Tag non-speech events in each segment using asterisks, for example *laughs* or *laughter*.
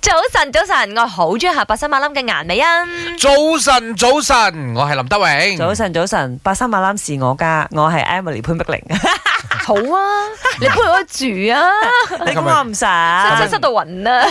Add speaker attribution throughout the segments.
Speaker 1: 早晨，早晨，我好中意下白新馬冧嘅顏美欣。
Speaker 2: 早晨，早晨，我係林德榮。
Speaker 3: 早晨，早晨，八三馬攬是我家，我係 Emily 潘
Speaker 2: *laughs*
Speaker 3: 碧玲。
Speaker 1: 好啊，你陪我住啊，
Speaker 3: 你估我唔使？
Speaker 1: 真塞到暈啊！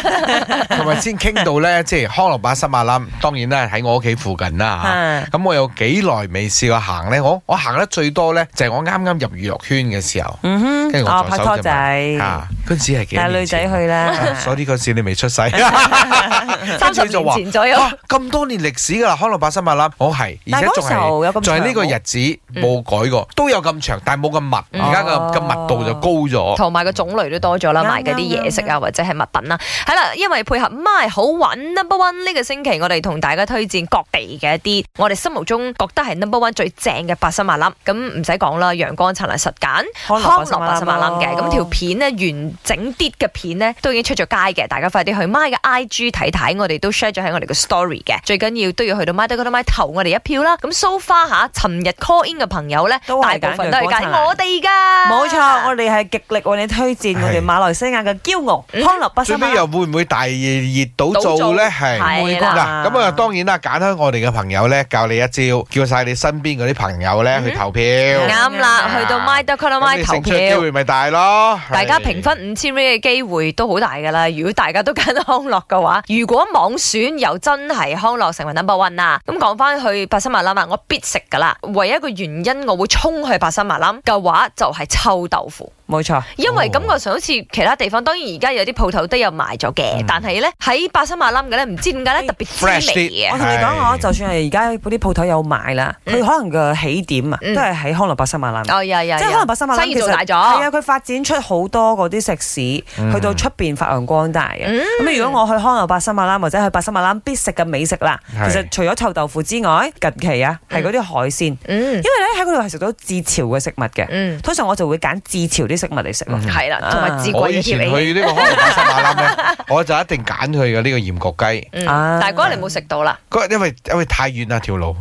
Speaker 2: 琴日先傾到
Speaker 3: *laughs*
Speaker 2: 咧，即係康樂把新馬冧，當然啦喺我屋企附近啦
Speaker 3: 啊
Speaker 2: 嚇咁我有幾耐未試過行咧？我我行得最多咧，就係我啱啱入娛樂圈嘅時候，
Speaker 3: 嗯哼
Speaker 2: 跟，住我
Speaker 3: 哦
Speaker 2: 助
Speaker 3: 拍
Speaker 2: 手
Speaker 3: 拖
Speaker 2: 就
Speaker 3: 仔，
Speaker 2: 問啊嗰陣時係幾
Speaker 3: 帶
Speaker 2: 多
Speaker 3: 女
Speaker 2: 年
Speaker 3: 仔
Speaker 2: 前
Speaker 3: 去啦。
Speaker 2: 啊 *laughs* 所以嗰陣時你未出世。 *laughs*
Speaker 1: 三十
Speaker 2: 跟住就
Speaker 1: 年
Speaker 2: 話
Speaker 1: 前左右，
Speaker 2: 哇！咁多年歷史㗎啦，康樂百新馬啦，我係，而
Speaker 3: 但
Speaker 2: 且
Speaker 3: 係
Speaker 2: 仲
Speaker 3: 嗰時候有
Speaker 2: 係仲
Speaker 3: 咁
Speaker 2: 係
Speaker 3: 長嗯
Speaker 2: 呢個日子冇改過，都有咁長，但係冇咁密。
Speaker 1: 嗯
Speaker 2: 而家
Speaker 3: 哦
Speaker 2: 嘅嘅密度就高
Speaker 1: *laughs*
Speaker 2: 咗。
Speaker 1: 同埋個種類都多咗啦，
Speaker 3: 啱
Speaker 1: 賣嗰啲嘢食
Speaker 3: 啱
Speaker 1: 啊或者係物品啦。係啦，因為配合 My 好玩 Number One 呢個星期，我哋同大家推薦各地嘅一啲我哋心目中覺得係 Number One 最正嘅白心馬冧。咁唔使講啦，陽光燦爛實揀。
Speaker 3: 康
Speaker 1: 康樂
Speaker 3: 樂
Speaker 1: 白
Speaker 3: 八
Speaker 1: 十萬
Speaker 3: 三馬
Speaker 1: 冧
Speaker 3: 攬
Speaker 1: 嘅，咁條片呢，完整啲嘅片呢，都已經出咗街嘅，大家快啲去 My 嘅 IG 睇睇，我哋都 share 咗喺我哋嘅 story 嘅，最緊要都要去到 My 得嗰度 My 投我哋一票啦。咁 so far 吓，尋日 call in 嘅朋友呢，
Speaker 3: 都
Speaker 1: 大
Speaker 3: 係
Speaker 1: 部分
Speaker 3: 揀
Speaker 1: 都係
Speaker 3: 陽光燦
Speaker 1: 揀
Speaker 3: 爛
Speaker 1: 我哋噶，
Speaker 3: 冇錯，我哋係極力為你推薦我
Speaker 2: 係
Speaker 3: 哋馬來西亞嘅驕傲
Speaker 1: 嗯
Speaker 3: 康樂八
Speaker 2: 最
Speaker 3: 三馬
Speaker 2: 尾
Speaker 3: 攬
Speaker 2: 又。會唔會大熱到
Speaker 1: 到
Speaker 2: 做
Speaker 1: 做
Speaker 2: 咧？係。
Speaker 1: 係
Speaker 3: 啊
Speaker 1: 啦。
Speaker 2: 嗱，咁啊，當然啦，揀開我哋嘅朋友咧，教你一招，叫晒你身邊嗰啲朋友咧
Speaker 1: 嗯
Speaker 2: 去投票，
Speaker 1: 啱啦，去到 My 得 c o l My 投
Speaker 2: 咁你勝出機
Speaker 1: 票，
Speaker 2: 會咪大咯。
Speaker 1: 大家
Speaker 2: 係
Speaker 1: 評分五千 r 嘅機會都好大噶啦。如果大家都揀康樂嘅話，如果網選又真係康樂成為 number one 啦，咁講翻去白沙麻冧啊，我必食噶啦。唯一一個原因我會衝去白沙麻冧嘅話，就係臭豆腐。
Speaker 3: 冇錯，
Speaker 1: 因為
Speaker 2: 哦
Speaker 1: 感覺上好似其他地方，當然而家有啲鋪頭都有賣咗嘅，
Speaker 2: 嗯
Speaker 1: 但係咧喺白沙麻冧嘅咧，唔知點解咧特別滋
Speaker 2: Fresh
Speaker 1: 味
Speaker 2: 啲
Speaker 1: 嘅
Speaker 3: 我。同你
Speaker 2: 係
Speaker 3: 講，我就算係而家嗰啲鋪頭有賣啦，佢
Speaker 1: 嗯
Speaker 3: 可能嘅起點啊，都
Speaker 1: 嗯
Speaker 3: 係喺康樂八三馬攬。
Speaker 1: 哦，呀呀，
Speaker 3: 即係
Speaker 1: 呀
Speaker 3: 可能白沙馬
Speaker 1: 生意做大
Speaker 3: 係
Speaker 1: 咗
Speaker 3: 啊，。佢發展出好多嗰啲食肆，
Speaker 2: 嗯
Speaker 3: 去到出邊發揚光大嘅。
Speaker 1: 嗯
Speaker 3: 咁如果我去康樂白沙馬欄或者去白沙馬欄必食嘅美食啦，
Speaker 2: 係
Speaker 3: 其實除咗臭豆腐之外，近期啊係嗰啲海鮮，因
Speaker 1: 嗯
Speaker 3: 為咧喺嗰度係食到自潮嘅食物嘅。
Speaker 1: 嗯，
Speaker 3: 通常我就會揀自潮啲食物嚟食咯。
Speaker 1: 係啦，同埋自
Speaker 2: 我
Speaker 1: 貴
Speaker 2: 以
Speaker 1: 嘅
Speaker 2: 前
Speaker 1: 添你。
Speaker 2: 去呢個可能巴沙馬冧咧，我就一定揀佢嘅呢個鹽焗雞。
Speaker 1: 嗯
Speaker 3: 啊
Speaker 1: 但係嗰日你冇食到啦， *laughs*
Speaker 2: 嗰因為因為太遠啦條路，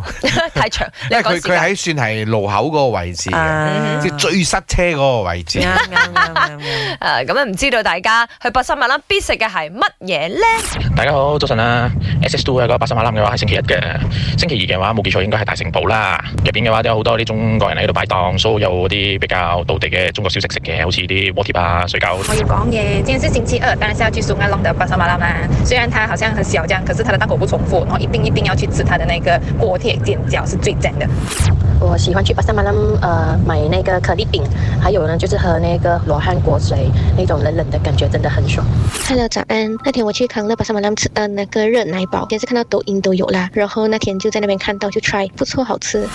Speaker 1: 太長，你
Speaker 2: 因為
Speaker 1: 講
Speaker 2: 佢
Speaker 1: 時
Speaker 2: 佢
Speaker 1: 間。
Speaker 2: 喺算係路口嗰個位置嘅，
Speaker 1: 嗯
Speaker 3: 啊
Speaker 2: 嗯即係最塞車嗰個位置。
Speaker 3: 啱啱啱啱啱。
Speaker 1: 誒咁啊，唔知道大家去八三萬啦，必食嘅係乜嘢咧？
Speaker 4: 大家好，早晨啊！SS Two 嘅嗰個八十馬欄嘅話係星期一嘅，星期二嘅話冇記錯應該係大城堡啦。入邊嘅話都有好多啲中國人喺度擺檔，所以有啲比較道地嘅中國小食食嘅，好似啲鍋貼啊、水餃。
Speaker 5: 我有講嘅，今天是星期二，当然是要去苏安弄的巴沙马拉嘛。虽然它好像很小这样，可是它的大狗不重复，然后一定一定要去吃它的那个锅贴煎饺是最赞的。
Speaker 6: 我喜欢去巴塞马拉呃买那个可丽饼，还有呢就是喝那个罗汉果水，那种冷冷的感觉真的很爽。
Speaker 7: Hello，早安。那天我去康乐巴萨马兰吃呃的那个热奶堡，也是看到抖音都有啦。然后那天就在那边看到，就 try，不错，好吃。